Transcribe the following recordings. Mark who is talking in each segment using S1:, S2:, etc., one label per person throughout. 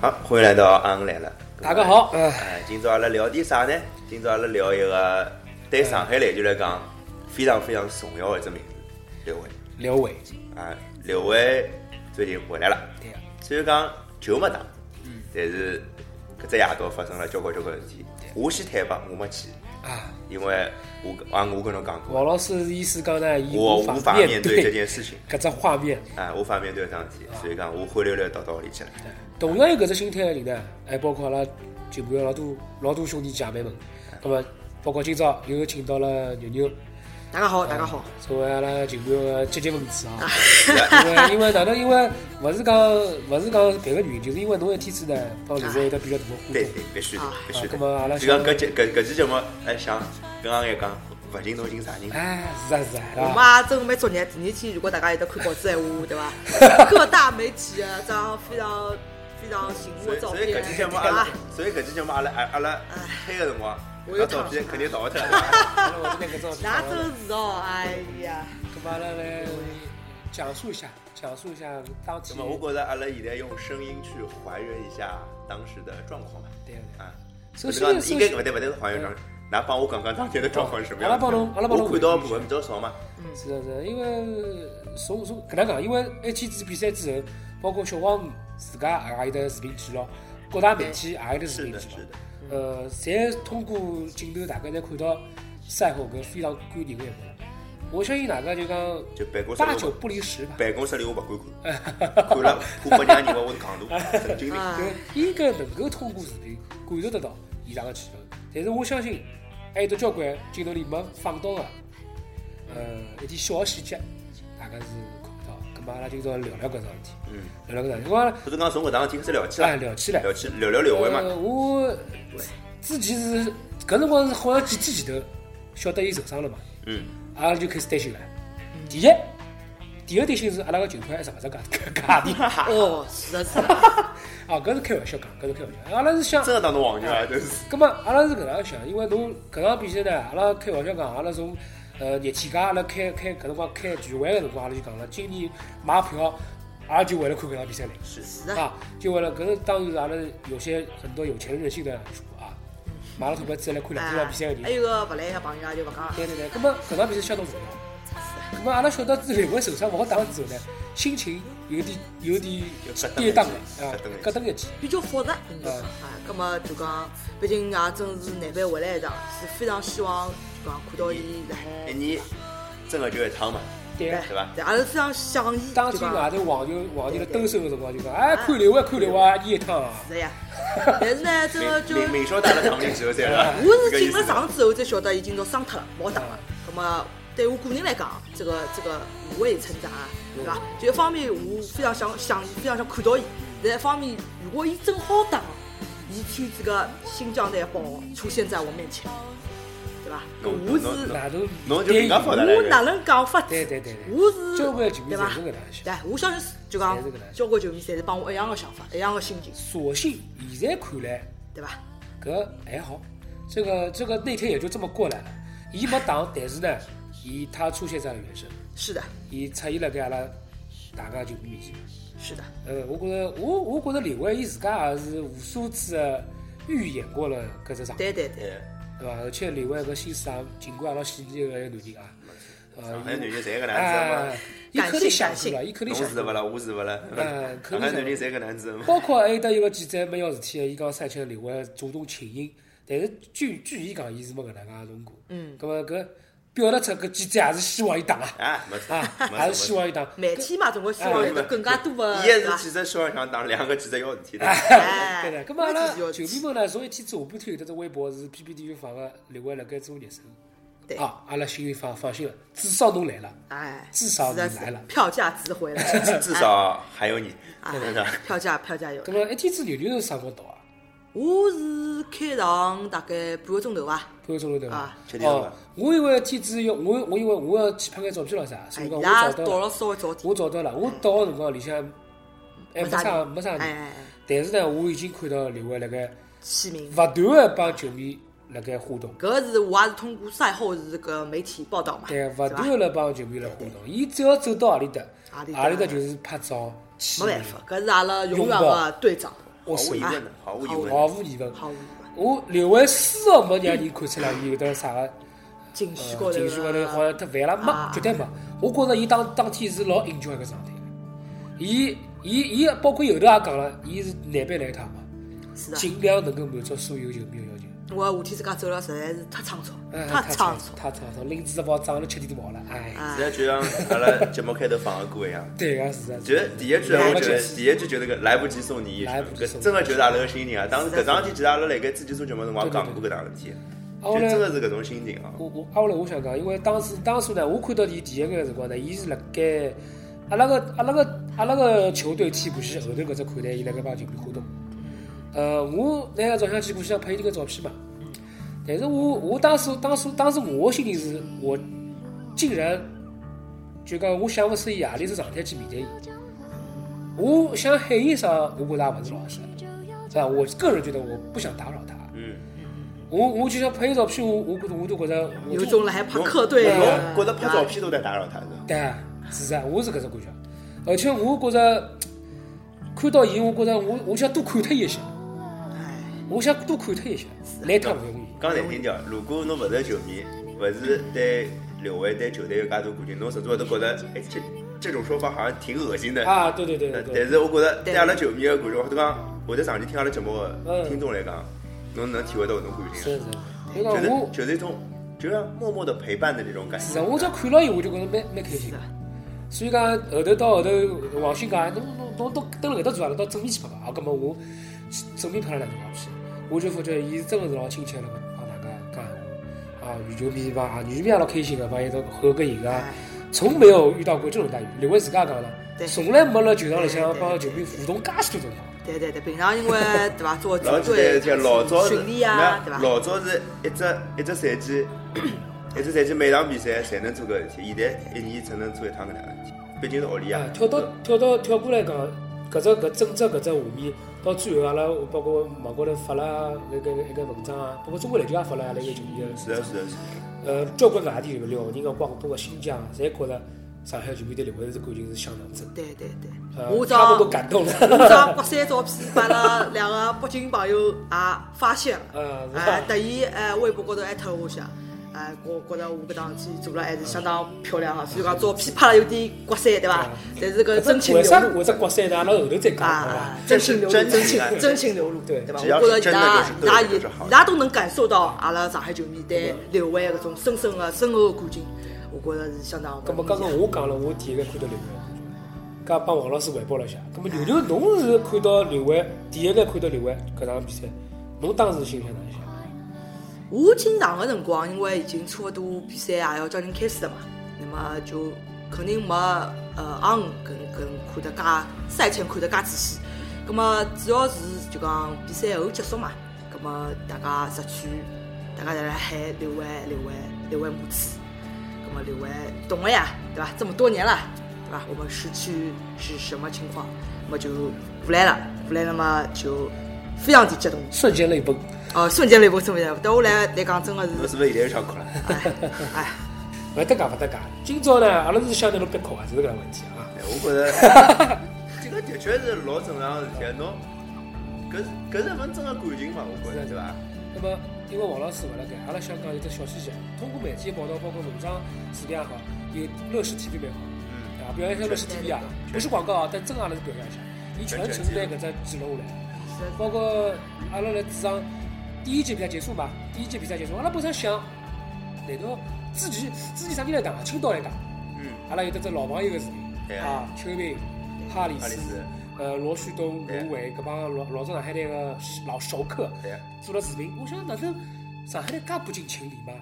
S1: 好，欢迎来到阿五来了。
S2: 大家好，
S1: 哎，今朝阿拉聊点啥呢？今朝阿拉聊一个对上海篮球来讲非常非常重要的一只名字——刘伟。
S2: 刘伟，
S1: 啊，刘伟最近回来了，
S2: 对呀，
S1: 虽然讲球没打，但是搿只夜到发生了交关交关事体。我先坦白，我没去，
S2: 啊，
S1: 因为我啊，我跟侬讲过，
S2: 王老师意思讲呢，伊
S1: 我无
S2: 无
S1: 法面
S2: 面
S1: 对这件事情，
S2: 搿只画面，
S1: 啊，无法面对这桩事体，所以讲我灰溜溜到到屋里去了。
S2: 同样有搿只心态里呢，还包括阿拉球盘老多老多兄弟姐妹们，葛么包括今朝又请到了牛牛
S3: 大家好，大家好。
S2: 作为阿拉球盘个积极分子啊。
S1: 是的
S2: 因为因为哪能？因为勿是讲勿是讲别个原因，就是因为侬一天子呢帮球队有得比较大个互
S1: 对
S2: 动。
S1: 对，必须的
S3: 啊，
S1: 必须
S2: 啊
S1: 的。
S2: 那么阿拉
S1: 就讲搿节搿搿期节目，哎，想跟阿眼讲，勿进侬进啥人？
S2: 哎，是啊是啊，是
S3: 我
S2: 吧
S3: 们也真蛮作孽。第二天如果大家有得看报纸闲话，对伐？各大媒体的一张非常非常醒目
S1: 所
S3: 的
S1: 以
S3: 照
S1: 所以
S3: 片，
S1: 搿期节目阿
S3: 对
S1: 拉
S3: 伐？，
S1: 所以搿期节目阿拉哎阿阿拉开个辰光，
S3: 我又
S1: 搿照
S3: 躺
S1: 片
S3: 上
S1: 肯定倒脱了对伐。
S2: 阿 拉后头拿搿照片放
S3: 哪
S2: 上来。
S3: 真是哦，哎呀，
S2: 葛么阿拉来讲述一下，讲述一下当天
S1: 那。么我觉着阿拉现在用声音去还原一下当时的状况吧。
S2: 对对
S1: 啊，
S2: 首
S1: 不是
S2: 先
S1: 讲
S2: 首
S1: 应
S2: 先
S1: 该勿对勿对是还原状，㑚帮我讲讲当天的状况是什么样子？
S2: 嗯阿拉帮侬阿拉帮侬
S1: 我看到部分比较少嘛。
S3: 嗯
S2: 是的，是的，因为从从搿能讲，因为一天子比赛之后，包括小黄鱼自家也有得视频记录，各大媒体也有得视
S1: 是
S2: 频
S1: 的，
S2: 记
S1: 是
S2: 录。
S1: 的。
S2: 呃，侪通过镜头，大家侪看到赛后搿非常感人的一幕。我相信大家就讲
S1: 就办公室
S2: 八
S1: 里
S2: 九
S1: 我，
S2: 不离十吧，
S1: 办公室里我勿敢 看，看了怕被人家认为我是戆大神经病。
S3: 啊
S2: 对，应该能够通过视频感受得到现场的气氛。但是我相信还有得交关镜头里没放到的，呃，一点小细节，大家是看不到。咁啊么阿拉今朝聊聊搿桩事体，
S1: 嗯。
S2: 聊聊搿桩事体。我讲
S1: 或者讲从搿桩事体开始聊起
S2: 哎
S1: 啦，
S2: 聊起来，
S1: 聊起聊聊刘伟嘛，
S2: 呃，我之前是搿辰光是好像几天前头晓得伊受伤了嘛，
S1: 嗯，
S2: 阿拉就开始担心了。第一，第二担心是阿拉个球拍还值勿值价 价钿
S3: 哦，是的，是的，
S2: 啊，搿是开玩笑讲，搿是开玩笑。阿拉是想
S1: 真，的当侬黄牛啊，真 是。
S2: 葛末阿拉是搿能样想，因为侬搿场比赛呢，阿拉开玩笑讲，阿拉从呃热天价阿拉开开搿辰光开聚会个辰光，阿拉就讲了，今年买票阿拉就为了看搿场比赛来。
S3: 是的，
S2: 啊，就为了搿是当然，阿拉有些很多有钱任性的啊，买了土票之后来
S3: 啊
S2: 看两场比赛的
S3: 哎还
S2: 人。
S3: 有个勿来个朋友啊也就勿讲了。
S2: 对对对，葛末搿场比赛相当重要。葛末阿拉晓得是刘伟受伤勿好打之后呢，心情有点有点跌宕的啊，咯噔一记。
S3: 比较复杂，应该讲啊，葛么就讲，毕竟也真是难办回来一趟，是非常希望就讲看到伊辣海
S1: 一，年真的就一趟嘛，
S2: 对啊。
S1: 嗯对啊吧
S3: 对，也是非常想伊，
S2: 当啊
S3: 对
S2: 天
S3: 伐
S2: 外？头黄牛黄牛来兜售的辰光就讲，哎，看刘伟看刘伟啊，一趟啊。
S3: 是呀，但是呢，真个就
S1: 明明晓得阿拉场里之后再了。
S3: 我
S1: 这
S3: 是
S1: 个意
S3: 进
S1: 思
S3: 了场之后才晓得伊今朝伤脱了，勿好打了。咁么对我个人来讲，这个这个我也成长啊，
S1: 嗯
S3: 对伐？就一方面我非常想想非常想看到伊，另一方面如果伊真好打，伊天这个新疆队宝出现在我面前，对伐？搿
S1: 侬
S3: 我
S1: 侬
S3: 是
S2: 哪能？
S1: 侬就更加复杂
S3: 我哪
S1: 了。
S3: 能讲法
S2: 对
S3: 子？
S2: 对对对。
S3: 我是
S2: 交关球迷
S3: 对
S2: 侪
S3: 伐
S2: 是搿？能想。
S3: 对，我相信是就讲
S2: 侪是搿能样
S3: 交关球迷侪是帮我一样的想法，一样的心情，
S2: 索性现在看来，
S3: 对伐？
S2: 搿还好，这个这个那天也就这么过来了。伊没打，但是呢，伊他出现在了原身，
S3: 是的，
S2: 伊出现了给阿拉大家球迷面前。
S3: 是的，
S2: 呃，我觉着我我觉着李伟伊自家也是无数次的预演过了搿只场，对
S3: 对对对，
S1: 对，
S2: 伐？而且李伟搿心思啊，尽管阿拉细腻一个男人啊，
S1: 上
S2: 呃，
S1: 海男人侪搿
S2: 伊
S1: 能
S2: 哎
S1: 子，
S2: 伊肯定想过了，伊肯
S1: 嘛，侬
S2: 定想
S1: 是
S2: 过
S1: 勿
S2: 了。
S1: 啦？我是勿啦？
S2: 哎
S1: 上
S2: 肯定
S1: 海男人侪搿能子嘛。
S2: 包括还有得一个记者没要事体的，伊讲赛前李伟主动请缨，但是据据伊讲，伊是没搿能介弄过。
S3: 嗯，
S2: 咁么搿表达出搿记者也是希望伊打啊，
S1: 啊，没事，
S2: 啊，
S1: 没
S2: 还是
S1: 事
S2: 希望伊打。
S3: 媒体嘛，总归希
S1: 哎
S3: 望有得更加多的，
S1: 伊也
S3: 对
S1: 是
S3: 伐？
S1: 记者小想打，两个记者要事体的。
S3: 哎
S2: 对的，咁么阿拉
S3: 我
S2: 球
S3: 自己
S2: 迷
S3: 要
S2: 们呢，从一天子下半天有得只微博是 PPT 又发个刘伟辣盖做热身，
S3: 对
S2: 啊，阿拉心里放放心了，至少侬来了，
S3: 哎，
S2: 至少
S3: 是的
S2: 你来了
S3: 票价 值回来
S1: 至至少还有你，
S3: 啊
S1: 是吧？，
S3: 票价票价有
S2: 咁。么一天子牛牛是啥辰光到啊？
S3: 我是开场大概半个钟头伐，
S2: 半个钟头对伐
S3: 啊？
S1: 确定了
S2: 哦
S1: 吧，
S2: 我以为天子要我我以为我要去拍眼照片了啥，所
S3: 哎，
S2: 以讲
S3: 伊
S2: 我
S3: 拉
S2: 找到
S3: 到
S2: 了，
S3: 了稍微早点，
S2: 我找到了，我到个辰光里向还没啥没啥
S3: 哎哎
S2: 人，
S3: 哎，
S2: 但是呢，我已经看到刘伟辣盖
S3: 签名
S2: 勿。断的帮球迷辣盖互动。
S3: 搿是我也是通过赛后是搿媒体报道嘛，
S2: 对，
S3: 是
S2: 勿
S3: 伐？
S2: 断地辣哎帮球迷辣互动。伊只要走到何里搭，
S3: 何里搭
S2: 何里搭就是拍照、签
S3: 没
S2: 名
S3: 办。法，搿是阿拉永
S2: 拥
S3: 远
S2: 抱
S3: 的队长，
S1: 毫无疑
S2: 啊
S1: 问的，毫无疑
S3: 毫无
S1: 问
S2: 毫
S1: 的，
S2: 无疑问。
S3: 毫无疑问，
S2: 我刘伟丝毫没让人看出来伊有得啥个
S3: 情绪高
S2: 呃
S3: 头，
S2: 情绪高头好像太烦了，
S3: 啊
S2: 没绝对没。我觉着伊当当天是老 enjoy 个状态的。伊伊伊，包括后头也讲了，伊是南北来一趟嘛，
S3: 是的。
S2: 尽量能够满足所有球迷个要求。
S3: 我夏天自家走了，实在是太仓促，
S2: 哎
S3: 太仓促
S2: 促，。太仓促，拎子包装了，吃点就跑了。哎，
S3: 啊
S1: 现在就像阿拉节目开头放的歌一样，
S2: 对个是啊，
S1: 觉得第一句我觉
S2: 来
S1: 得
S2: 不及
S1: 第一句就那个来不及送你一程
S2: 来不，及
S1: 搿
S2: 送你
S1: 真的就是阿拉个心情啊。当时搿桩事体其实阿拉辣盖之前做节目辰光讲过搿桩事体，
S2: 啊
S1: 就
S2: 后来
S1: 真的是搿种心情啊。
S2: 我我阿来我想讲，因为当时当初呢，我看到伊第一个辰光呢，伊是辣盖阿拉个阿拉个阿拉个球队替补席后头搿只看台，伊辣盖帮球迷互动。呃，我拿个照相机过去想拍伊点个照片嘛，
S3: 嗯
S2: 但是我我当时当时当时我心里是我竟然就讲我想勿出伊何里种状态去面对伊，我想喊伊啥，我觉着也勿是老合适，是吧？我个人觉得我不想打扰他，
S1: 嗯，
S2: 我我就想拍伊照片，我我我都觉着我
S3: 有种辣海拍
S1: 侬
S3: 客队，
S1: 侬觉得拍
S3: 对吧
S1: 照片都在打扰他是吧？
S2: 对啊，是啊，我是搿只感觉，而且我觉着看到伊，我觉着我我想多看他一下，
S3: 哎，
S2: 我想多看他一下，来趟勿容易。
S1: 讲难听点，如果侬勿是球迷，勿是对刘伟对球队有介多感情，侬甚至会得觉得，哎，这这种说法好像挺恶心的。
S2: 啊，对对对
S1: 呃
S2: 对
S1: 但
S2: 对，
S1: 是我觉得对阿拉球迷的感觉，或者讲会得长期听阿拉节目的
S2: 嗯
S1: 听众来讲，侬能体会到搿种感
S2: 是
S1: 情
S2: 是，就
S1: 啊，
S2: 讲
S1: 就是
S2: 我
S1: 就是一种就像默默的陪伴的这种感
S2: 是啊，
S1: 觉。
S2: 我只要看牢伊，我就觉着蛮蛮开心
S3: 是
S2: 的
S3: 的。
S2: 所以讲后头到后头，王迅讲，哎侬侬侬到蹲辣搿搭做啊，侬到正面去拍伐？啊，搿么我正面拍了两张照片，我就发觉伊真个是老亲切了，帮大家讲闲话啊，女球迷帮啊，女球迷也老开心个，帮伊都合个影啊。从没有遇到过这种待遇。刘伟自家讲了
S3: 哎对，
S2: 从来没辣球场里向帮球迷互动介许多辰光。
S3: 对对对，平常因为对伐，做
S1: 老
S3: 组
S1: 简单，
S3: 队
S1: 就老早是
S3: 训练啊，对
S1: 那
S3: 伐？
S1: 老早是一只一只赛季， 一只赛季每场比赛才能做搿事体，现在一年只能做一趟搿两个事体，毕竟是学里啊
S2: 啊，。跳到跳到跳过来讲，搿只搿整只搿只画面，到最后阿拉包括网高头发了那个一个文章啊，包括中国篮球也发了阿拉一个球迷的
S1: 是的，是的，是的。
S2: 呃，交关外地人，辽宁个、广东个、新疆个，侪觉着上海球迷对刘伟是感情是相当真。
S3: 对对对，
S2: 呃
S3: 我
S2: 他
S3: 张
S2: 们都感动 了。
S3: 我张国三照片把拉两个北京朋友也发现了，
S2: 呃，是
S3: 哎
S2: 吧，？
S3: 特意哎微博高头艾特我一下，哎，我觉着我搿档子做了还是相当漂亮啊，虽然讲照片拍了有点国三，对
S2: 啊
S3: 伐？但是搿真情
S2: 为
S3: 流
S2: 啥
S3: 露
S2: 为啥国赛呢？阿拉后头再讲，好伐
S3: 啊？，真情流露，
S1: 这是
S3: 真
S1: 真情啊
S3: 情真情流露，
S2: 对
S3: 对伐？
S1: 只要
S3: 我觉
S1: 是
S3: 着
S1: 真
S3: 伊
S1: 的
S3: 拉
S1: 就是
S3: 伊拉
S1: 对
S3: 也
S1: 的就是好的
S3: 伊拉都能感受到阿拉上海球迷对刘伟搿种深深的深厚的感情，我觉着是相当。
S2: 咁么刚刚我讲了，我第一个看到刘伟，噶帮王老师汇报了一下。咁么
S3: 啊
S2: 牛牛，侬是看到刘伟第一个看到刘伟搿场比赛，侬当时心里想哪能想？
S3: 我进场个辰光，因为已经差勿多比赛也要将近开始了嘛，那么就肯定没呃阿五跟跟看得介赛前看得介仔细。葛么主要是就讲比赛后结束嘛，葛么大家社区大家侪辣喊刘伟刘伟刘伟母子，葛么刘伟懂了呀，对伐？这么多年了，对伐？我们市区是什么情况？那么就过来了，过来了嘛就非常的激动。
S2: 瞬间泪崩。
S3: 哦，瞬间泪崩，瞬间泪崩。对我来来讲，真的
S1: 侬
S3: 是，
S1: 是不是现在又想哭了？
S3: 哎哎，
S2: 勿搭界勿搭界。今朝呢，阿拉是想拿侬逼哭啊，就是搿个问题啊。
S1: 哎，我觉着这个的确是老正常的事体，啊侬搿是搿是份真的感情嘛？我觉着对伐？
S2: 那么，因为王老师勿辣盖，阿拉香港有只小细节，通过媒体报道，包括文章、视频也好，有乐视 TV 蛮好，
S1: 嗯，
S2: 啊，表扬一下乐视 TV 啊，不是广告啊，但真个阿拉是表扬一下，伊全程拿搿只记录下来。包括阿拉来主场第一届比赛结束嘛，第一届比赛结束，阿拉本身想，难道之前之前啥人来打啊？青岛来打，
S1: 嗯，
S2: 阿拉有得只老朋友个事
S1: 对
S2: 体
S1: 啊
S2: 啊，邱明、哈里
S1: 哈里斯
S2: 斯、呃罗旭东、
S1: 对啊
S2: 卢伟搿帮老老早上海队个老熟客
S1: 对呀，
S2: 做了视频，我想哪能上海队介不近情理嘛？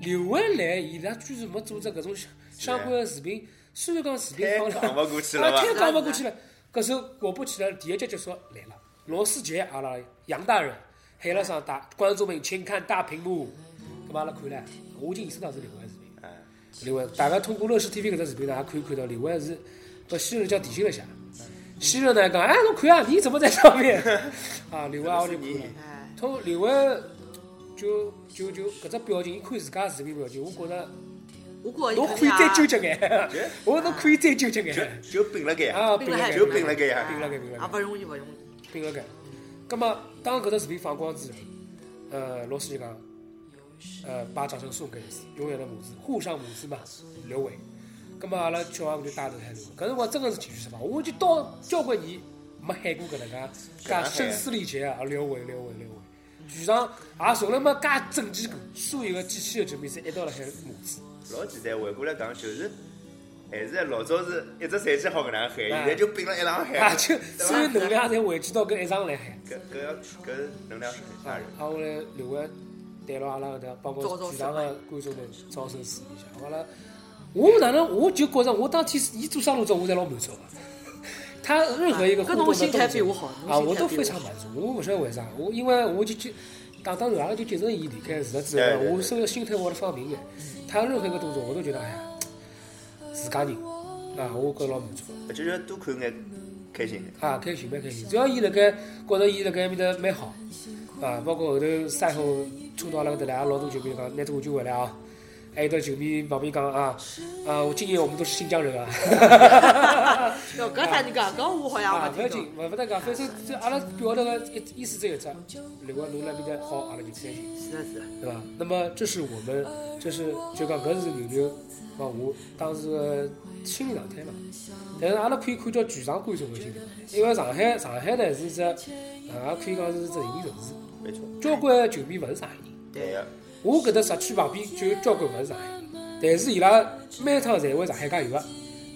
S2: 刘伟来，伊拉居然没做只搿种相相关的视频，虽然讲视频
S1: 太
S2: 放
S1: 讲
S2: 了。
S1: 勿过去了
S2: 啊，
S1: 吧
S2: 太？讲不过去了。搿时候果不其然，第一节就说来了，罗啊世杰阿拉杨大人喊了上大观众们请看大屏幕，搿么阿拉看了，我已经意识到是另外一个视频。
S1: 哎，
S2: 另外，大家通过乐视 TV 搿只视频呢，也可以看到另外是把西人叫提醒了一下。西人呢讲，哎，侬看啊，你怎么在上面？啊，另外我就看了。
S3: 哎，
S2: 从另外就就就搿只表情，一看自家视频表情，我觉着
S3: 我觉着
S2: 侬可以再纠结 眼，我侬可以再纠结眼
S1: 就就并了该，
S2: 啊，
S3: 并了海
S2: 海
S1: 就并了该呀。
S3: 啊
S2: 并了该，并了该
S3: 也。不容易，不容易。
S2: 并了该。葛么当搿只视频放光之后，呃，老师就讲，呃，把掌声送给永远的母子，互上母子嘛，刘伟。葛么阿拉小孩就带头喊刘伟，搿辰光真的是情绪释放，我就到交关年没喊过搿能介介声嘶力竭啊，刘伟，刘伟，刘伟。全场也从来没介整齐过，所有的机器的球迷侪一道辣海母子。
S1: 老简单，回过来讲就是，还是老早是一只赛季好搿能
S3: 哎
S1: 喊，现在就并了一浪
S2: 啊，
S1: 喊，
S2: 就
S1: 对
S2: 所有
S1: 吧
S2: 能量侪汇聚到搿一场来喊。
S1: 搿搿要搿能量很吓
S2: 啊
S1: 人。，
S2: 啊，后来刘伟带牢阿拉搿搭帮
S3: 招
S2: 帮
S3: 招
S2: 全
S3: 示
S2: 场个观众们招手示意一下。阿拉，我哪能我就觉着我当天伊做啥动作，我侪老满足个。他任何一个
S3: 啊
S2: 互
S3: 搿
S2: 动的
S3: 侬心
S2: 动
S3: 态比
S2: 作
S3: 我好
S2: 啊，我
S3: 侬心态
S2: 都
S3: 比
S2: 非
S3: 我
S2: 常
S3: 好
S2: 满足。我勿晓得为啥，我因为我就接打打然后就接受伊离开是了之
S1: 对
S2: 后
S1: 对对
S2: 呢，我所有心态我都放平眼。他任何一个动作，我都觉得哎呀，自家人啊，我觉着老满足。
S1: 就是多看眼开心眼。
S2: 啊，开心蛮开心。只要伊辣盖觉着伊辣盖埃面搭蛮好，啊，包括后头赛后冲到阿拉搿搭来，阿拉老多球迷就讲，拿着我就回来啊。还有一个球迷旁边讲啊，啊，我今年我们都是新疆人啊，
S3: 哟，搿啥人讲？搿我好
S2: 啊，
S3: 像
S2: 不要
S3: 没听
S2: 紧，勿勿得讲，反正这阿拉表达个一意思只有一只，如果侬辣面搭好，阿拉就开心。
S3: 是的，是的。
S2: 对吧？那么这是我们，这是就讲搿是牛牛帮我当时个心理状态嘛。但是阿拉可以看叫全场观众个心理，因为上海上海呢是只，啊也可以讲是只移民城市，
S1: 没错，
S2: 交关球迷勿是上海人。
S1: 对呀，
S2: 我搿搭社区旁边就有交关勿是上海人，但是伊拉每趟侪会上海加油个。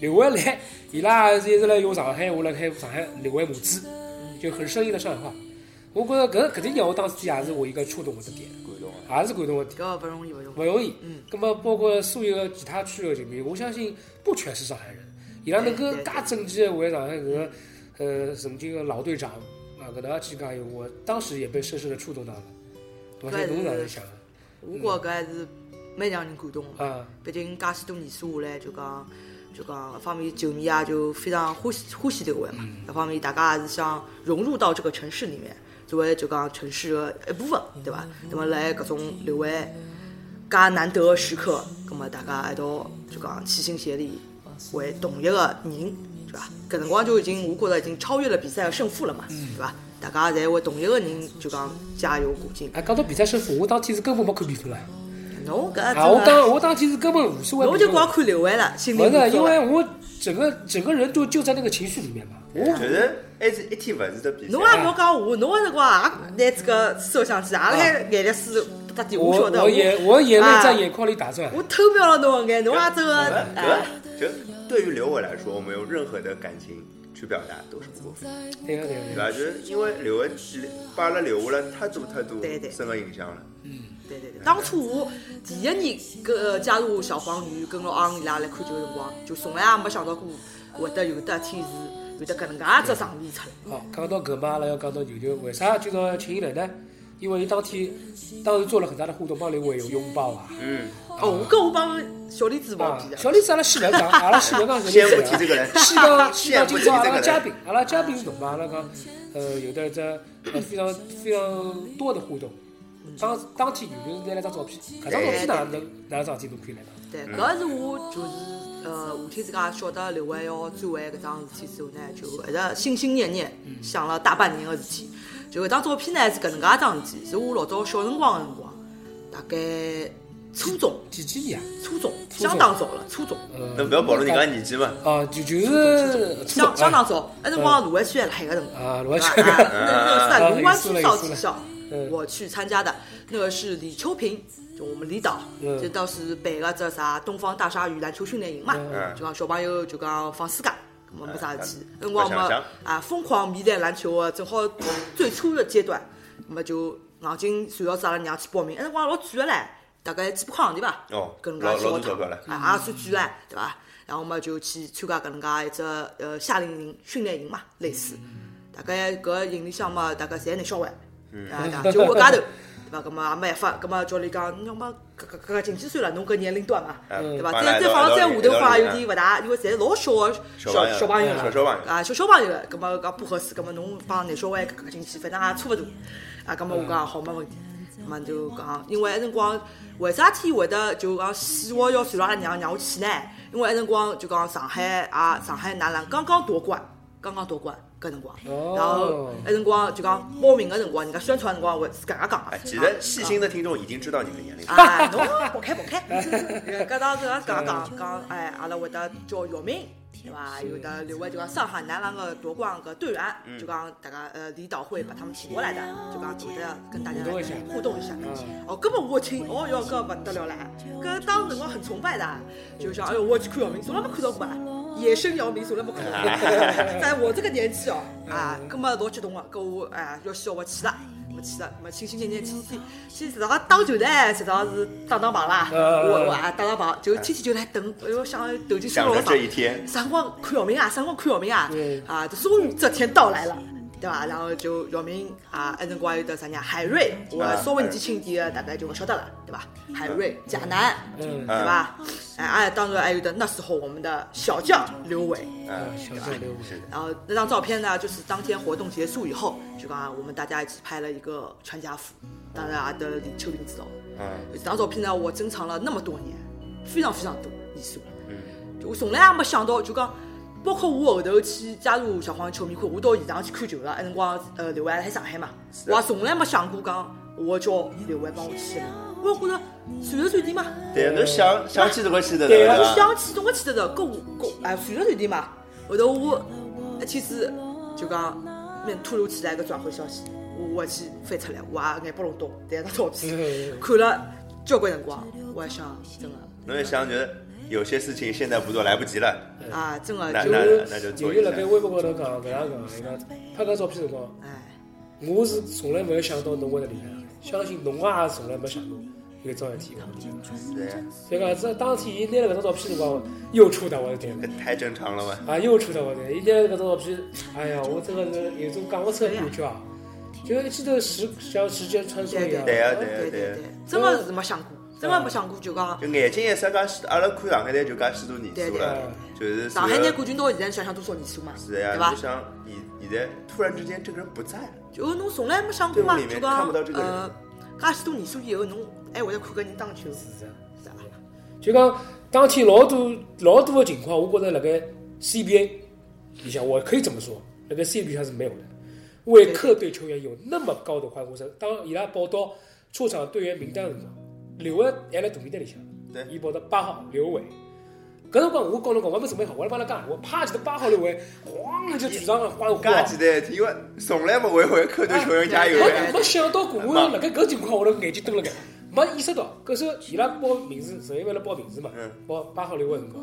S2: 刘回来，伊拉也是一直辣用上海话辣开上海刘回母子，就很生硬的上海话。我觉着搿搿点让我当时也是我一个触动我的点，
S1: 感动啊！
S2: 也是感动我的点。
S3: 搿勿容易，勿容
S2: 不
S3: 易。
S2: 容易。
S3: 嗯，
S2: 那么包括所有的其他区域的球迷，我相信不全是上海人，伊拉能够
S3: 对对
S2: 介整齐的为上海搿个呃曾经的老队长啊搿能介去加油，我当时也被深深的触动到了。我在侬哪能想啊
S3: 我觉着搿还是蛮让人感动的。
S2: 啊？
S3: 毕竟介许多年数下来，就讲就讲，一方面球迷啊就非常欢喜欢喜这个位
S2: 嗯
S3: 嘛，一方面大家也是想融入到这个城市里面，作为就讲城市的一部分，
S2: 嗯
S3: 对伐？那么来搿种留位介难得的时刻，那么大家一道就讲齐心协力为同一个人，对伐？搿辰光就已经我觉着已经超越了比赛的胜负了嘛，
S2: 嗯
S3: 对伐？大家侪为同一个人就讲加油鼓劲。
S2: 哎，讲到比赛胜负，我当天是根本没看比分了。
S3: 侬搿
S2: 啊，
S3: 真
S2: 我
S3: 的，
S2: 当我当天是根本无所谓比
S3: 侬
S2: 分
S3: 就
S2: 了。
S3: 光看刘伟了，心里啊
S2: 不
S3: 面
S2: 是，
S3: 做
S2: 因
S3: 了
S2: 为我整个整个人就就在那个情绪里面嘛。我
S1: 就是还是一天勿是的比赛
S3: 哦侬，也啊勿要讲我，侬个辰光也拿这个摄像机，也辣海眼泪水滴滴，
S2: 我
S3: 晓得。
S2: 我眼我眼泪在
S3: 啊
S2: 眼眶里打转。
S3: 我偷瞄了侬个眼，侬也这个
S1: 呃
S3: 哎，
S1: 就对于刘伟来说，我们用任何的感情去表达都是不过分的。
S2: 对个对个
S1: 对
S2: 对个。
S1: 吧？就是因为留恩把阿拉留下了太多太多
S3: 对对
S1: 深刻印象了。
S3: 对对对，当初我第一年搿加入小黄鱼，跟牢阿昂伊拉来看球个辰光，就从来也没想到过会得有得一天是有得搿能介一只场面出来。
S2: 好，讲到搿嘛，阿拉要讲到牛牛，为啥今朝要请伊来呢？因为伊当天当时做了很大的互动，帮刘伟有拥抱啊。
S1: 嗯，
S3: 哦，搿我帮小李子
S2: 啊
S3: 忘记，
S2: 小
S3: 了。
S2: 李子阿拉先勿 讲，阿拉先勿讲
S1: 先
S2: 小
S1: 不
S2: 李
S1: 提这
S2: 子
S1: 个人，
S2: 啊。先讲先讲今朝阿拉
S1: 先
S2: 个嘉宾，阿拉嘉宾是侬嘛？阿拉讲，呃，有的这呃非常非常多的互动。当当天牛牛是拿了张照片，搿张照片哪能哪能张照片侬可以来讲？
S3: 对，搿是我就是呃，下天自家晓得刘伟要转会搿桩事体之后呢，就一直心心念念
S2: 嗯
S3: 想了大半年个事体。就搿张照片呢是搿能介一张事体，是我老早小辰光个辰光，大概初中、
S2: 几几年啊？
S3: 初中
S2: 初中
S3: 相当早了，初中
S2: 呃
S1: 那不要暴露人家年纪嘛。
S2: 啊，就就是初
S3: 相
S2: 中
S3: 相
S2: 啊
S3: 当早，那辰光卢湾区还辣海个辰光，
S2: 啊，罗
S3: 对
S2: 小
S3: 吧？
S2: 圈
S3: 啊 那那个是卢湾区少体校
S2: 嗯，
S3: 我去参加的，那个是李秋平，就我们李导，
S2: 嗯
S3: 就当时办个这啥东方大鲨鱼篮球训练营嘛
S1: 嗯，哎
S3: 就讲小朋友就讲放暑假。没没啥事体，那辰光
S1: 白相
S3: 没
S1: 相
S3: 啊，疯狂迷恋篮球个，正好最初的阶段，那么就硬劲传到子阿拉娘去报名，那辰光老贵个唻，大概几百块行钿吧。
S1: 哦
S3: 搿能
S1: 老
S3: 介
S1: 老多
S3: 小
S1: 钞票
S3: 堂
S1: 了，
S3: 啊，也算贵唻，对伐？然后嘛就去参加搿能介一只呃夏令营训练营嘛，类似，大概搿营里向嘛，大概侪廿小孩，啊，对伐？就我一家头，对伐？葛末也没办法，葛末教练讲，侬嘛搿搿搿搿进去算了，侬搿年龄段嘛，
S1: 嗯
S3: 对伐？
S1: 帮
S3: 再
S1: 大家
S3: 再放
S1: 道
S3: 到再下
S1: 理
S3: 头
S1: 道
S3: 话
S1: 理
S3: 有点勿大，因为侪老小个
S1: 小
S3: 小
S1: 小
S3: 朋友
S1: 小
S3: 了，
S1: 小朋友
S3: 啊，小小朋友了，葛末讲不合适，葛末侬帮男小孩搿搿进去，反正也差勿多，啊，葛末我讲好没问题，葛末就讲，因为埃辰光为啥体会得就讲希望要传到阿拉娘让我去呢？因为埃辰光就讲上海啊，上海男篮刚刚夺冠，刚刚夺冠搿辰光，
S2: 哦
S3: 然后那辰光就讲报名个辰光，人家宣传的辰光会自家讲个
S1: 哎，。其实细心的听众已经知道你的年龄了。
S3: 啊，侬跑开跑开！搿当时讲讲讲讲，哎，阿拉会得叫姚明，对伐？有的另外就讲上海男篮个夺冠个队员，就讲大家呃李导会把他们请过来的，就讲会得跟大家
S2: 互动一下
S3: 互动一下。
S1: 嗯
S3: 哦，根本我听，哦哟，搿勿得了啦！搿当时辰光很崇拜的，就想哎哟，我去看姚明，从来没看到过啊，野生姚明从来没看到 过。在我这个年纪哦，啊，搿么老激动个，搿我哎要笑我去了。没去了，没心心念念去去去实际上啊打球呢，实际上是打打榜
S1: 嗯
S3: 啦，
S2: 呃
S3: 我我啊打打榜，就天天就来等，哎哟想投进去
S1: 想
S3: 老
S1: 着
S3: 爽
S1: 这。一天，嗯
S3: 啥辰光看姚明啊，啥辰光看姚明啊
S2: 对，
S3: 啊，就终于这天到来了。对吧？然后就姚明啊，那辰光有得啥人？海瑞，我
S1: 啊
S3: 稍微年纪轻点的大概就不晓得了，对吧？海瑞、贾楠，
S2: 哎嗯
S3: 对吧？哎，啊，当然还有的那时候我们的小将刘伟，
S1: 嗯，
S2: 啊小小刘
S1: 是的，
S3: 然后那张照片呢，就是当天活动结束以后，就讲啊我们大家一起拍了一个全家福，当然也得李秋林哦指导。
S1: 嗯，
S3: 这张照片呢，我珍藏了那么多年，非常非常多年数。
S1: 嗯，
S3: 就我从来也没想到，就讲，包括我后头去加入小黄球迷会，我到现场去看球了。那辰光，呃，刘伟还在上海嘛，
S1: 是啊
S3: 我也从来没想过讲我叫刘伟帮我签，我觉着随时随地嘛，
S1: 对，侬想想起这个去的，
S2: 对啊
S1: 吧
S3: 我想去总归去得着，搿我搿哎随时随地嘛。后头我一天子就讲面突如其来个转会消息，我我去翻出来，我也眼巴隆咚，但张照片看了交关辰光，我还想真的。
S1: 侬也想觉得有些事情现在不做来不及了。
S3: 啊，真的
S1: 那
S3: 就
S1: 那
S2: 有
S1: 那就
S2: 有
S1: 做
S2: 人
S1: 一
S2: 辣盖
S1: 下。
S2: 微博高头讲搿样讲，伊讲拍搿照片辰光，
S3: 哎，
S2: 我是从来没有想到侬会得离开，相信侬也从来没想过有桩事体会得离开。
S1: 对，
S2: 所以讲，这当天伊拿了搿张照片辰光，又触到我的点了。
S1: 太正常了嘛。
S2: 啊，又出到我的，一天搿张照片，哎呀，我真的是有种讲勿出的感觉啊，就是一记头时像时间穿梭一样。
S1: 对啊
S3: 对
S1: 对
S3: 对
S1: 啊对，
S3: 真的是没想过，真的没想过就讲
S1: 就眼睛一眨，讲许阿拉看上海队就讲许多年
S3: 对
S1: 数
S3: 对
S1: 了，就是
S3: 上海拿
S1: 是
S3: 冠军到现在，想想多少年数嘛，
S1: 是
S3: 对
S1: 呀，
S3: 吧
S1: 就？像现现在突然之间这个人不在了，
S3: 就侬从来没想过嘛，
S1: 队伍里面
S3: 就
S1: 看
S3: 讲
S1: 不到这个人
S3: 呃，介许多年数以后，侬还会得看搿人打球，是
S2: 是啊
S3: 吧？
S2: 就讲当天老多老多的情况，我觉得辣盖 CBA 里向，我可以这么说，辣盖 CBA 里向是没有的。为客队球员有那么高的欢呼声，当伊拉报到出场队员名单的辰光，刘伟还辣大名单里向，
S1: 对
S2: 伊报到八号刘伟。搿辰光我告侬讲，我还没准备好，我还帮伊拉讲，我啪记得八号刘伟，哐就全场欢呼啊
S1: 噶！几代，因为从来没为为客队球员
S3: 哎
S1: 加油
S2: 我
S1: 的。
S2: 没想到过，我辣盖搿情况下头眼睛瞪辣盖，没意识到。搿时候伊拉报名字，陈一凡辣报名字嘛
S1: 嗯，
S2: 报八号刘伟辰光，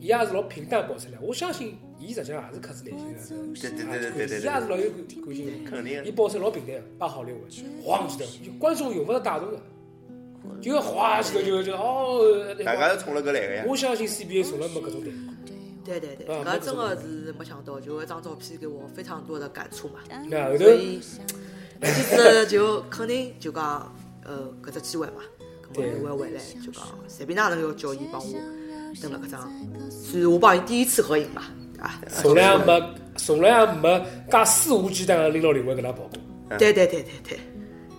S2: 伊也是老平淡报出来。我相信啊伊实际上也是克制耐心的，
S1: 对对对对对对
S2: 伊也是老有感感情的。
S1: 肯定
S2: 伊报出来老平淡，啊八号刘伟，晃几头，就观众用勿着带动的，
S1: 嗯
S2: 就哗几头就就哦。
S1: 大家都冲了搿来个呀，
S2: 我相信 CBA 从来没搿种队。
S3: 对对对，
S2: 啊
S3: 搿真的是没想到，就搿张照片给我非常多的感触嘛，
S2: 那后头
S3: 所以其实就肯定就讲呃搿只机会嘛，搿么
S2: 对
S3: 刘伟回来就讲随便哪能要叫伊帮我登了搿张，算是我帮伊第一次合影嘛，对伐？
S2: 从来也没从来也没介肆无忌惮地拎牢刘伟搿能跑过。
S3: 对对对对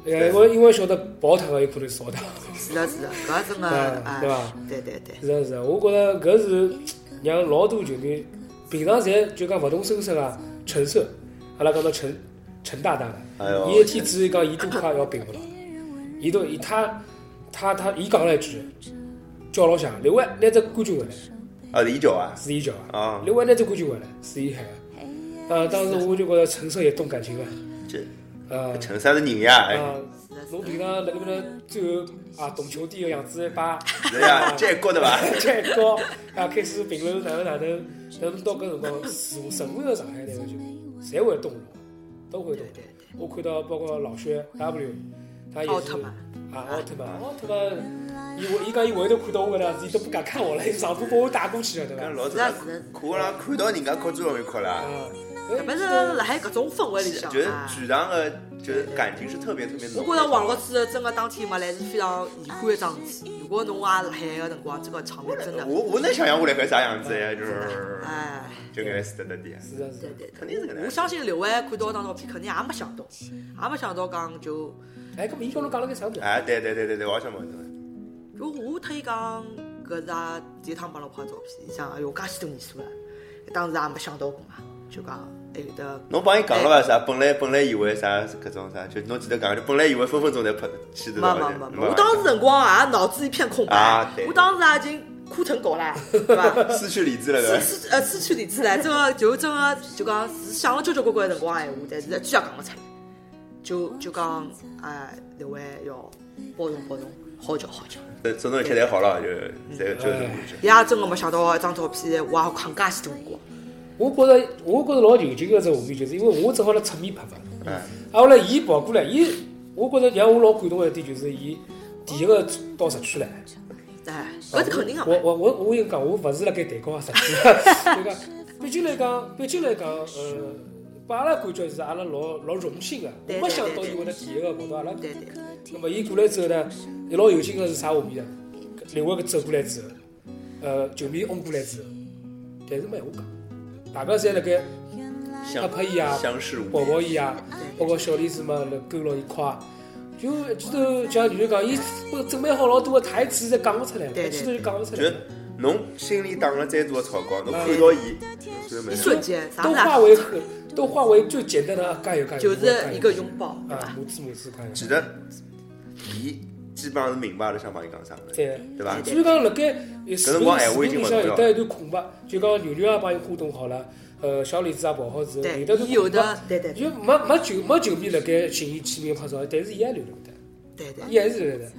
S3: 对，
S2: 呃，我因为晓得跑脱个有可能少脱。
S3: 是的，是的，搿真的
S2: 嗯
S3: 哎
S2: 对吧，
S3: 对对对，
S2: 是啊是啊，我觉着搿是让老多球迷平常侪就讲勿动声色啊，陈设，阿拉讲到陈陈大大
S1: 哎
S2: 了，
S1: 呦
S2: 伊一天只讲伊杜卡要并勿牢，伊都伊他他他伊讲了一句，叫老响，刘伟拿只冠军回来
S1: 啊，李九啊，
S2: 是伊叫
S1: 啊
S2: 刘伟拿只冠军回来是伊喊个，啊，当时我就觉着陈设也动感情了，
S1: 这
S2: 啊
S1: 陈三的人呀，哎，
S3: 嗯
S2: 啊，侬平常辣搿边最后啊懂球帝个样子一摆。
S1: 是呀，这高的吧？
S2: 再高啊，开始评论哪能哪能，哪能到搿辰光，所成为了上海队个球迷，侪会动容，都会动容
S3: 对对。
S2: 我看到包括老薛 W，他也是
S3: 奥特曼
S2: 啊，奥特曼，奥特曼，伊回伊讲伊回头看到我搿能样子，伊都不敢看我了，伊上步把我打过去了，对伐
S1: 搿？老早课浪看到人家哭最容易哭
S2: 啊
S3: 嗯
S1: 了，，
S3: 特别是辣海搿种氛围里向
S1: 就是
S3: 啊。
S1: 全场的，就是感情是特别特别
S3: 我
S1: 浓。
S3: 觉着王老师真的当天没来是非常遗憾的一桩事体。如果侬也辣海个辰光，这个场面真的，
S1: 我我能想象我来个啥样子呀，就是
S3: 哎，
S1: 就搿个死得得的，
S2: 是啊是
S3: 对
S2: 啊。
S3: 对
S1: 肯
S3: 对。
S1: 定是搿能
S3: 我。相信刘伟看到搿张照片，肯定也没想到，也没想到讲就
S2: 哎，搿么伊叫侬讲了个啥子？
S1: 哎，对对对对对，我也想问侬。
S3: 就我特意讲啊搿是也第一趟帮侬拍照片，伊讲哎哟，介许多年数了，当时也没想到过嘛。就讲还有得
S1: 侬帮伊讲了
S3: 哎
S1: 伐？啥？本来本来以为啥搿种啥，就侬记得讲，就本来以为分分钟侪拍去得
S3: 没
S1: 到
S3: 没
S1: 的
S3: 没
S1: 没
S3: 没，我当时辰光也脑子一片空白
S1: 啊对，
S3: 我当时也已经枯藤狗了，对 伐？
S1: 失去理智了
S3: 失
S1: 个。
S3: 去呃失去理智了，真个就真个就讲是想了交交关关辰光闲话，但是一句也讲勿出来，就就讲哎，刘伟要包容包容，好叫好叫。
S1: 这这侬一切侪好了，就
S3: 嗯
S1: 侪就搿种感觉。
S3: 伊也真个没想到一张照片，我也扛介许多辰光。
S2: 我觉着我觉着老求救个只画面，就是因为我正好辣侧面拍嘛。
S3: 哎
S1: 嗯，
S2: 啊，后来伊跑过来，伊我觉着让我老感动个一点就是伊第一个到社区来。
S3: 哎，搿是肯定个
S2: 我
S3: 嘛。
S2: 我我我有讲，我勿是辣盖蛋糕实际， 就讲，毕竟来讲，毕竟来讲，呃，把阿拉感觉是阿拉老老荣幸个，我
S3: 对
S2: 没
S3: 对
S2: 想
S3: 对
S2: 到伊
S3: 对
S2: 会得第一个跑到阿拉。
S3: 对对，
S2: 那么伊过来之后呢，老有劲个是啥画面呢？另外一个走过来之后，呃，球迷拥过来之后，但是没闲话讲，大家侪辣盖
S1: 相
S2: 拍拍伊啊
S1: 相视无
S2: 抱抱伊啊，包括小李子嘛，辣勾牢伊夸啊。就一记头，像女的讲，伊准备好老多个台词，侪讲勿出来，
S3: 对
S2: 一记头就讲勿出
S1: 就是
S2: 来。
S1: 侬心里打了再多的草稿，侬看到伊，侬虽然没
S3: 嗯一瞬间啥
S2: 都
S3: 物
S2: 化
S3: 事
S2: 为都化为最简单的啊加油加油，
S3: 就是一个拥抱，对伐
S2: 啊，？母子母子加油。
S1: 其实伊基本上是明白了想帮伊讲啥物事，
S2: 对，
S1: 对伐？
S2: 啊所以讲，辣盖视
S1: 搿辰光哎闲话已
S2: 频
S1: 经
S2: 视
S1: 勿重
S2: 频里向
S1: 要
S2: 有得一段空白，就讲牛牛也帮伊互动好了，呃，小李子也跑好之后，
S3: 对
S2: 有得段
S3: 有
S2: 空
S3: 的
S2: 白，
S3: 对对对
S2: 就没没球没球迷辣盖寻伊签名拍照，但是伊也留了的，
S3: 对对
S2: 伊。还是留了的，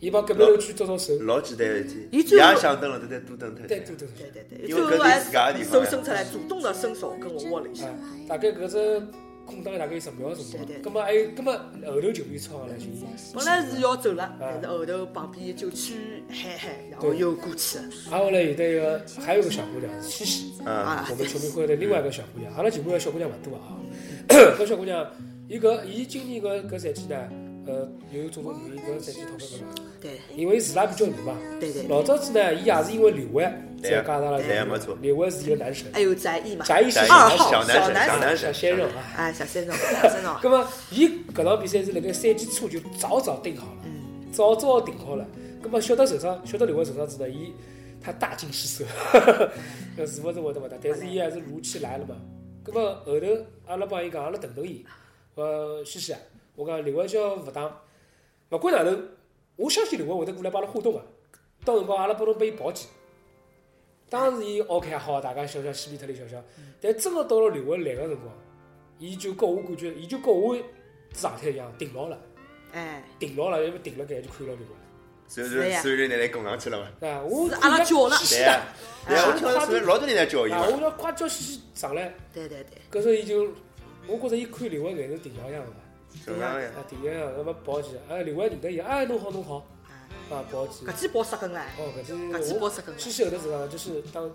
S2: 伊帮隔壁楼区招招手，
S1: 老简单个事体，
S3: 伊最后
S1: 也想等了，再多等脱。
S2: 对对对
S3: 对
S2: 对，
S3: 对对，
S1: 因为
S3: 最
S1: 搿
S3: 后
S1: 是
S3: 还
S1: 自家的地方
S3: 手
S1: 呀
S3: 伸出来，主动的伸手跟我握了一下
S2: 啊。，大概搿只空档大概有十秒钟
S3: 对
S2: 嘛
S3: 对，
S2: 葛末还有葛末后头球迷冲上来就。
S3: 本来是要走了，但是后头旁边就去喊喊，然后又过去了。
S2: 啊，后来有得一个，还有一个小姑娘，西西，
S1: 嗯，
S3: 啊
S2: 我们球迷会的另外一个小姑娘，阿拉球迷会小姑娘勿多啊。搿小姑娘，伊搿伊今年搿搿赛季呢，呃，有种种原因搿赛季淘汰脱了，
S3: 对
S2: 因为自拉比较难嘛。
S3: 对对，
S2: 老早子呢，伊也是因为刘伟才加上了
S1: 对啊没错
S2: 刘伟是一个男神，
S3: 还有翟毅嘛，
S2: 翟毅是
S1: 小
S3: 二
S1: 男
S3: 号
S1: 小
S3: 小
S1: 男神，小男
S3: 男神
S2: 小
S1: 神，
S2: 鲜肉啊。
S3: 哎，小三总，小三 总，
S2: 葛么，伊搿场比赛是辣盖赛季初就早早定好了，早早定好了。葛么晓得受伤，晓得刘伟受伤之后，伊他大惊失色， 搿是勿是会得勿打？但是伊还是如期来了嘛。葛么后头阿拉帮伊讲，阿拉等等伊。呃，西西啊，我讲刘伟叫勿打，勿管哪能，我相信刘伟会得过来帮阿拉互动个、到辰光阿拉拨侬拨伊跑几。当时伊 OK 也好，大家笑笑嬉皮特里笑笑。但真个到了刘伟来个辰光，伊就跟我感觉，伊就跟我状态一样，定牢了，
S3: 哎，
S2: 定牢了，要么定了该就看牢刘伟。
S1: 所以
S3: 是呀
S1: 就所有人拿来拱上去了嘛。
S2: 啊，我
S3: 是阿拉叫了
S1: 对
S2: 是的，
S1: 呀，对呀，我听到是老多人在叫伊
S2: 啊，
S1: 嘛。
S2: 我要快叫西西上来，
S3: 对对对，
S2: 搿时候伊就，我觉着伊看刘伟眼神定牢一样个嘛，
S1: 正常呀，
S2: 啊，定牢一样，那么跑起，哎，刘伟认得伊，哎，侬好侬好，啊，跑起
S3: 搿，记包杀根了，
S2: 哦，搿
S3: 搿
S2: 是
S3: 记包
S2: 我
S3: 杀根了，
S2: 西西后头是讲，就是当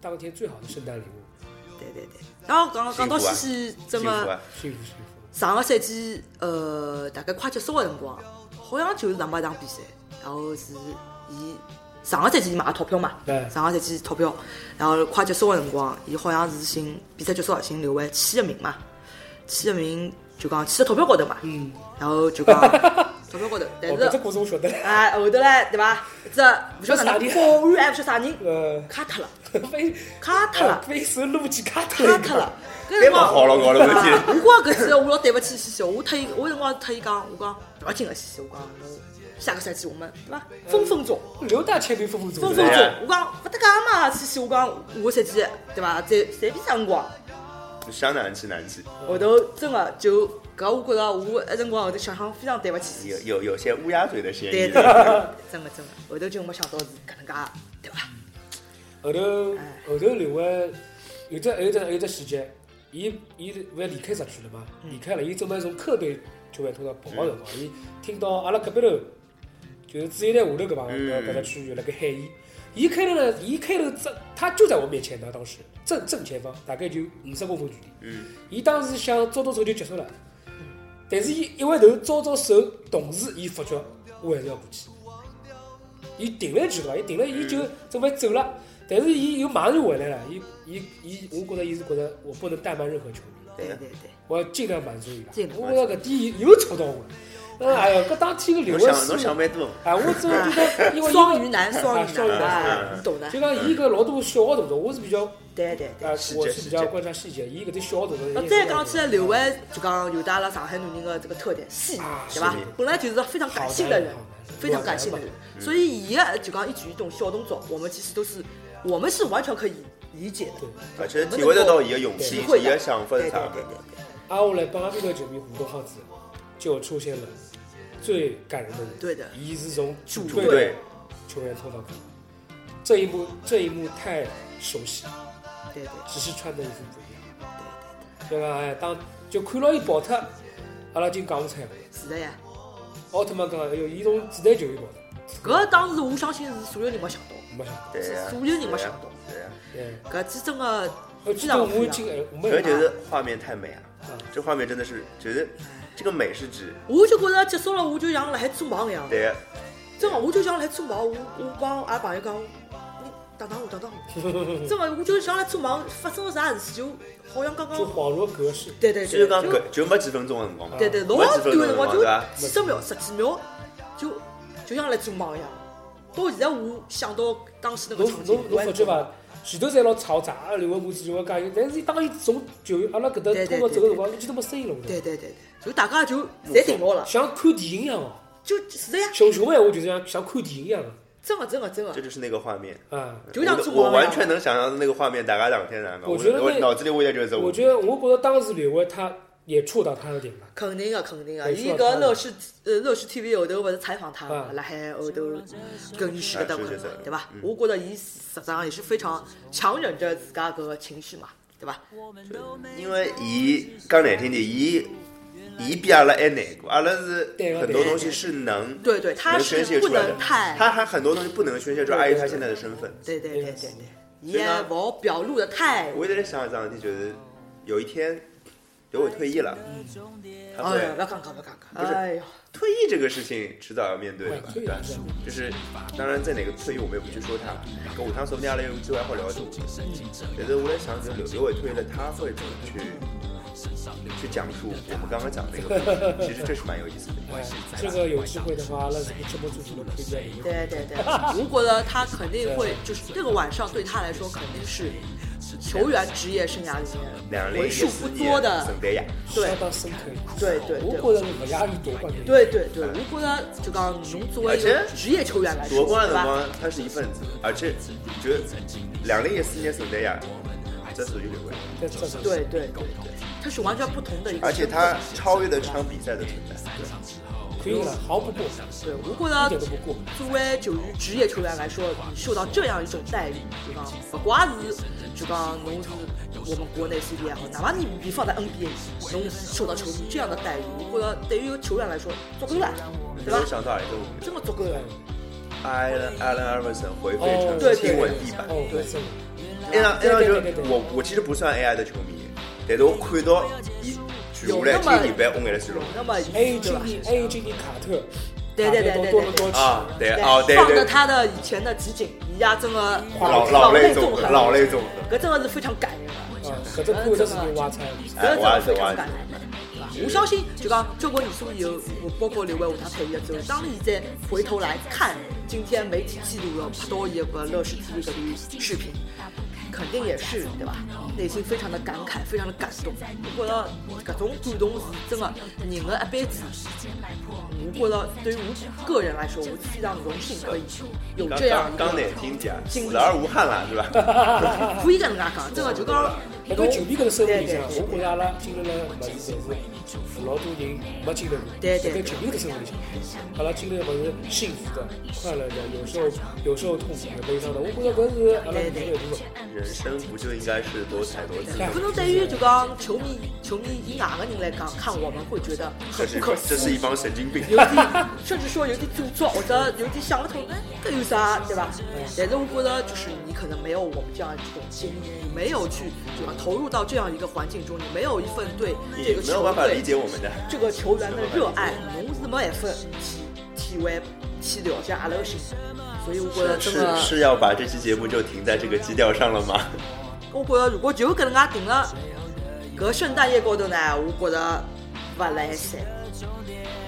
S2: 当天最好的圣诞礼物，
S3: 对对对。然后讲讲到西西，
S1: 幸
S3: 怎
S1: 福
S3: 么
S1: 啊！
S2: 幸福幸福，
S3: 上个赛季呃大概快结束的辰光，好像就是上半场比赛，然后是伊上个赛季买个套票嘛，
S2: 对
S3: 上个赛季套票，然后快结束的辰光，伊好像是寻比赛啊结束寻刘伟签个名嘛，签个名就讲签在套票高头嘛，
S2: 嗯，
S3: 然后 就讲套票高头，但
S2: 哦，搿只
S3: 是
S2: 故事我晓得了，
S3: 哎后头嘞对伐？这勿晓得哪能保安还勿晓得啥人
S2: 呃，
S3: 卡脱了，
S2: 被
S3: 卡脱了，
S2: 被手撸起卡脱
S3: 卡
S2: 了，
S3: 脱
S1: 别
S3: 了，搿辰
S1: 往好
S3: 光。
S1: 了搞了，我天。
S3: 我讲搿次我老对勿起西西，我特意我辰光特意讲，我讲勿要紧个西西，我讲侬下个赛季我们对伐？分分钟，
S2: 刘大千面分分钟的，
S3: 分分
S1: 对
S3: 钟
S1: 啊，
S3: 我讲勿搭界嘛，西西，我讲下个赛季对伐？再随便啥辰光，
S1: 想哪能去哪能去，
S3: 后头真个就搿我觉着我一辰光后头想想非常对勿起西
S1: 有
S3: 西，
S1: 有有些乌鸦嘴的嫌
S3: 对
S1: 疑
S3: 对，对，真个真个，后头就没想到是搿能介对伐？
S2: 后头
S3: 哎
S2: 后头刘伟有只还有只还有只细节，伊伊勿要离开社区了嘛，离开了，伊准备从客队球员通道跑个辰光，伊听到阿拉隔壁头就是紫叶台下头搿帮搿搿只区域辣盖喊伊，伊开头呢，伊开头正他就在我面前呢，当时正正前方大概就五十公分距离，
S1: 嗯，
S2: 伊当时想招招手就结束了，但是伊一回头招招手，同时伊发觉我还是要过去，伊停了一句嘛，伊停了，伊就准备走了，但是伊又马上就回来了，伊伊伊，我觉得伊是觉得我不能怠慢任何球迷，
S3: 对对对，
S2: 我要尽量满足伊拉
S3: 尽，量
S2: 我觉得搿点有戳到我，嗯，哎呀，搿当天搿刘
S1: 侬
S2: 文
S1: 想侬
S2: 书
S1: 想，蛮多，
S2: 哎，我只有觉得， 因为
S3: 双鱼男，双
S2: 啊
S3: 鱼
S2: 双鱼
S3: 男，
S2: 男
S3: 哎
S1: 嗯
S3: 你懂的
S2: 就，讲伊搿老多小个动作，我是比较，
S3: 对对对。
S2: 呃，
S1: 细节
S2: 我是比
S1: 细
S2: 较
S1: 节
S2: 关注细节，伊搿点小个动作。
S3: 那再讲起来，刘伟就讲有得阿拉上海男人的这个特点，细腻
S2: 啊，
S3: 对吧
S1: 细腻？
S3: 本来就是非常感性的人
S2: 好男人好男，人
S3: 非常感性的人，所以伊的就讲一举一动、小动作，我们其实都是，我们是完全可以理解的，
S1: 而且体会得到伊的勇气
S3: 体
S1: 以
S3: 会
S1: 及伊
S3: 的
S1: 的想法
S3: 对
S1: 是
S3: 对
S1: 啥
S3: 对
S1: 个。
S3: 对对。
S2: 阿下来帮阿边头球迷互动好子，就出现了最感人的人。
S3: 对的
S2: 伊是从主
S3: 主
S2: 队
S1: 队
S2: 球员跳到主队这一幕这一幕太熟悉，
S3: 对对
S2: 只是穿的衣服不一样。对吧？哎，当就看牢伊跑脱，阿拉就讲不出来。
S3: 是的呀，
S2: 奥特曼讲，哎哟，伊从主队球员跑脱，
S3: 搿当时我相信是所有人没想到，
S2: 没想到。
S1: 对呀，
S3: 所有人没
S1: 对呀
S3: 想到
S1: 对呀，
S2: 嗯，
S3: 搿次真的
S2: 我
S3: 非
S2: 记
S3: 常
S2: 得
S3: 不
S2: 我
S3: 一
S2: 已经
S3: 样。
S2: 哎，我没
S1: 主要
S2: 有
S1: 就是画面太美啊
S2: 嗯，
S1: 这画面真的是觉得这个美是指
S3: 我就觉着结束了，我就像辣海做梦一样，
S1: 对呀，
S3: 真的，我就像辣海做梦。我我帮阿拉朋友讲，你打打我，打打我，真的，我就像辣做梦，发生了啥事体，就好像刚刚
S2: 就恍如隔世。
S3: 对对
S1: 就是啊讲
S3: 对，就
S1: 搿就没几分钟的辰光嘛，
S3: 对啊对，老
S1: 没几
S3: 短
S1: 分钟的
S3: 的
S1: 辰
S3: 光
S1: 光
S3: 就
S1: 对吧？
S3: 几十秒、十几秒，就就像来做梦一样。到现在我想到当时那个
S2: 侬
S3: 场景
S2: 侬，
S3: 我
S2: 侬
S3: 还
S2: 发觉伐？前头侪老嘈杂，阿拉刘文武之就讲，但是伊当伊从就阿拉搿搭
S3: 对对
S2: 通道走个辰光，一记都没声音了，
S3: 对对对对，就大家就侪停牢了，
S2: 像看电影一样哦。
S3: 就是的呀，
S2: 熊熊闲话就是像像看电影一样
S3: 真的真的真的
S1: 这，就是那个画面。
S2: 啊。
S3: 就像
S1: 我
S3: 做梦
S1: 我
S3: 一样。
S1: 完全能想象的那个画面，大概两天两个，
S2: 我
S1: 我
S2: 觉得
S1: 我
S2: 那
S1: 脑子里我也觉得这个
S2: 我觉得我觉得当时刘伟他也触到他的点了，
S3: 肯定的，啊肯定的。
S2: 对
S3: 伊
S2: 说到
S3: 搿
S2: 他
S3: 乐视呃乐视 TV 后头勿是采访他嘛
S2: 啊，
S3: 辣海后头更衣室搿搭
S1: 啊
S3: 块
S1: 是是是，
S3: 对伐？我觉着伊实际上也是非常强忍着自家搿个情绪嘛，对伐？
S1: 因为伊讲难听点，伊伊比阿拉还难过，阿拉是
S2: 对
S1: 很多东西是能
S3: 对对，他
S1: 能
S3: 是
S1: 宣泄
S3: 不
S1: 出来的
S3: 能，太
S1: 他还很多东西不能宣泄出来，碍于他现在的身份。
S3: 对对对对对，
S1: 所以
S3: 也
S1: 呢
S3: 勿好表露的太。
S1: 我一直在想一桩事体，就是有一天刘伟退役了，他
S3: 哎呀，
S1: 会
S3: 不要讲讲，不要讲
S1: 不
S3: 讲。
S1: 是
S3: 哎呦，
S1: 退役这个事情迟早要面对的吧？
S2: 对
S1: 对吧
S2: 是？
S1: 就是当然在哪个退役我们也不去说他，跟下趟说不定阿拉有机会好聊一聊。但是我在想，就是刘刘伟退役了，他会怎么去去讲述我们刚刚讲的那个故事？其实这是蛮有意思的。
S2: 哎，这个有机会的话，那是个直播组主动推荐你。
S3: 对对对，我觉得他肯定会，就是那个晚上对他来说肯定是球员职业生涯里
S1: 两
S3: 面
S1: 零一
S3: 为数
S1: 四
S3: 不多
S1: 年
S3: 的
S1: 圣。诞夜，
S2: 相当深刻。
S3: 对对对
S2: 我觉得不亚于夺冠的。
S3: 对对对，我觉得就讲侬作为一个
S1: 而且
S3: 职业球员来说，
S1: 夺冠
S3: 对
S1: 的
S3: 吧
S1: 辰？光他是一份子，而且觉得两零一四年圣诞夜，这属于刘伟，
S2: 对，这是
S3: 对对对对，他是完全不同的一个
S1: 而且
S3: 身份。
S1: 他超越了这场比赛的存在。
S2: 可以了，啊毫不过，
S3: 对，我
S2: 一
S3: 觉
S2: 点
S3: 得
S2: 都不过。
S3: 作为球员职业球员来说，你受到这样一种待遇，就讲不光是就讲侬是我们国内 CBA 也好，哪怕你你放在 NBA，侬受到球迷这样的待遇，我觉得对于一个球员来说足够了，
S1: 你
S3: 对
S1: 有
S3: 吧？
S1: 想到哪一个舞台？
S3: 真的足够了。
S1: 艾伦艾伦艾文森回飞
S2: 哦，
S1: 城
S3: 对
S1: 亲吻地板。哎
S2: 哦，对，真的。
S1: 那场那场
S2: 对
S1: 球
S2: 对对对，对
S1: 我我其实不算 AI 的球迷，但是我看到伊举下来亲地板，我眼泪水了。
S3: 那么
S2: 还有
S3: 对
S2: 经
S3: 吧？
S2: 理，还有经理 E 卡特，
S3: 对对对
S2: 卡特
S3: 对对
S2: 多伦多奇
S1: 啊，E 对哦，对
S3: 放着
S1: 对，
S3: 他的以前的集锦，伊拉真的
S1: 老
S3: 老
S1: 老
S3: 泪
S1: 泪
S3: 纵
S1: 纵
S3: 横，
S1: 横，老泪纵横。
S3: 搿真的是非常感人的。
S2: 啊，搿只看这是牛蛙菜。
S1: 哎，
S3: 搿
S1: 我也是，
S3: 真非
S1: 我也
S3: 常感
S1: 是。
S3: 人的，对吧我相信就讲交关年数以后，我包括刘伟下趟退役了之后，当伊再回头来看今天媒体记录了拍到伊个乐视 TV 搿段视频，肯定也是对吧？内心非常的感慨，非常的感动。我觉着搿种感动是真的，人的一辈子，我觉着对于我个人来说，我非常荣幸可以有
S1: 刚
S3: 这样
S1: 刚
S3: 一个
S1: 刚难听点，死而无憾了，是吧？
S3: 可以搿能介讲，真的就讲
S2: 那个球迷搿个生活里向，我觉着阿拉经历了物事，侪是老多人没经历过。
S3: 对对
S2: 在球迷搿个生活里向，阿拉经历的物事幸福的、快乐的，有时候有时候痛苦的、悲伤的。我觉着搿是阿拉人生的一部分。
S1: 人生不就应该是多彩多姿？
S3: 可能对于就讲球迷、球迷以外的人来讲，看我们会觉得
S1: 这
S3: 很
S1: 是
S3: 不
S1: 一
S3: 可
S1: 帮
S3: 思
S1: 这是一
S3: 议，
S1: 帮神经病。
S3: 有点甚至说有点做作，或者有点想不通，哎，这有啥对吧？但是我觉得就是你可能没有我们这样一种经历，你没有去对吧投入到这样一个环境中，你没有一份对这
S1: 你
S3: 个
S1: 没有
S3: 球
S1: 办法理
S3: 队、
S1: 解我们的，
S3: 这个球员的热爱，侬是没办法体体会、去了解阿拉个心情。所以我觉得真
S1: 是
S3: 的。
S1: 是要把这期节目就停在这个基调上了吗？
S3: 我觉着如果就搿能啊介定了，搿圣诞夜高头呢，我觉着勿来三，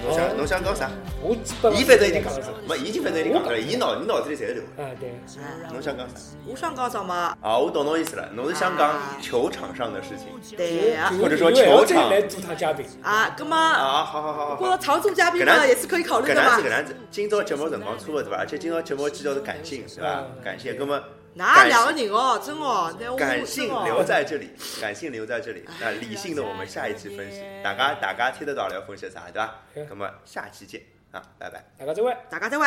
S1: 侬想侬想讲啥？
S2: 我基本
S1: 伊
S2: 上
S1: 反正已经讲
S2: 了
S1: 了，没，伊已经反正已经讲了，伊脑伊脑子里侪是流汗。
S2: 啊，对，
S3: 哎
S1: 侬想讲啥？
S3: 我想讲什么？
S1: 啊，我懂侬意思了，侬是想讲
S3: 啊
S1: 球场上的事情
S3: 对啊
S2: 就
S1: 或者说
S2: 就
S1: 球
S2: 就
S1: 场
S2: 来做趟嘉宾，
S3: 啊，葛么，
S1: 啊，好好好好
S3: 觉
S1: 好
S3: 着。常驻嘉宾
S1: 搿能
S3: 嘛也是可以考虑
S1: 搿
S3: 的
S1: 能
S3: 嘛
S1: 子搿。能子，今朝节目辰光差勿多对伐？而且今朝节目主要是感性对伐？感性，葛么
S3: 嗯哪
S1: 感
S3: 两个人哦，真哦，那我
S1: 感
S3: 真
S1: 性留
S3: 哦，
S1: 在这里，感性留在这
S3: 哎
S1: 里。那理性的我们下一期分析，大家大家听得到了要分析啥对伐？
S2: 嗯
S1: 葛么下期见啊，拜拜。
S2: 大家再会。
S3: 大家再会。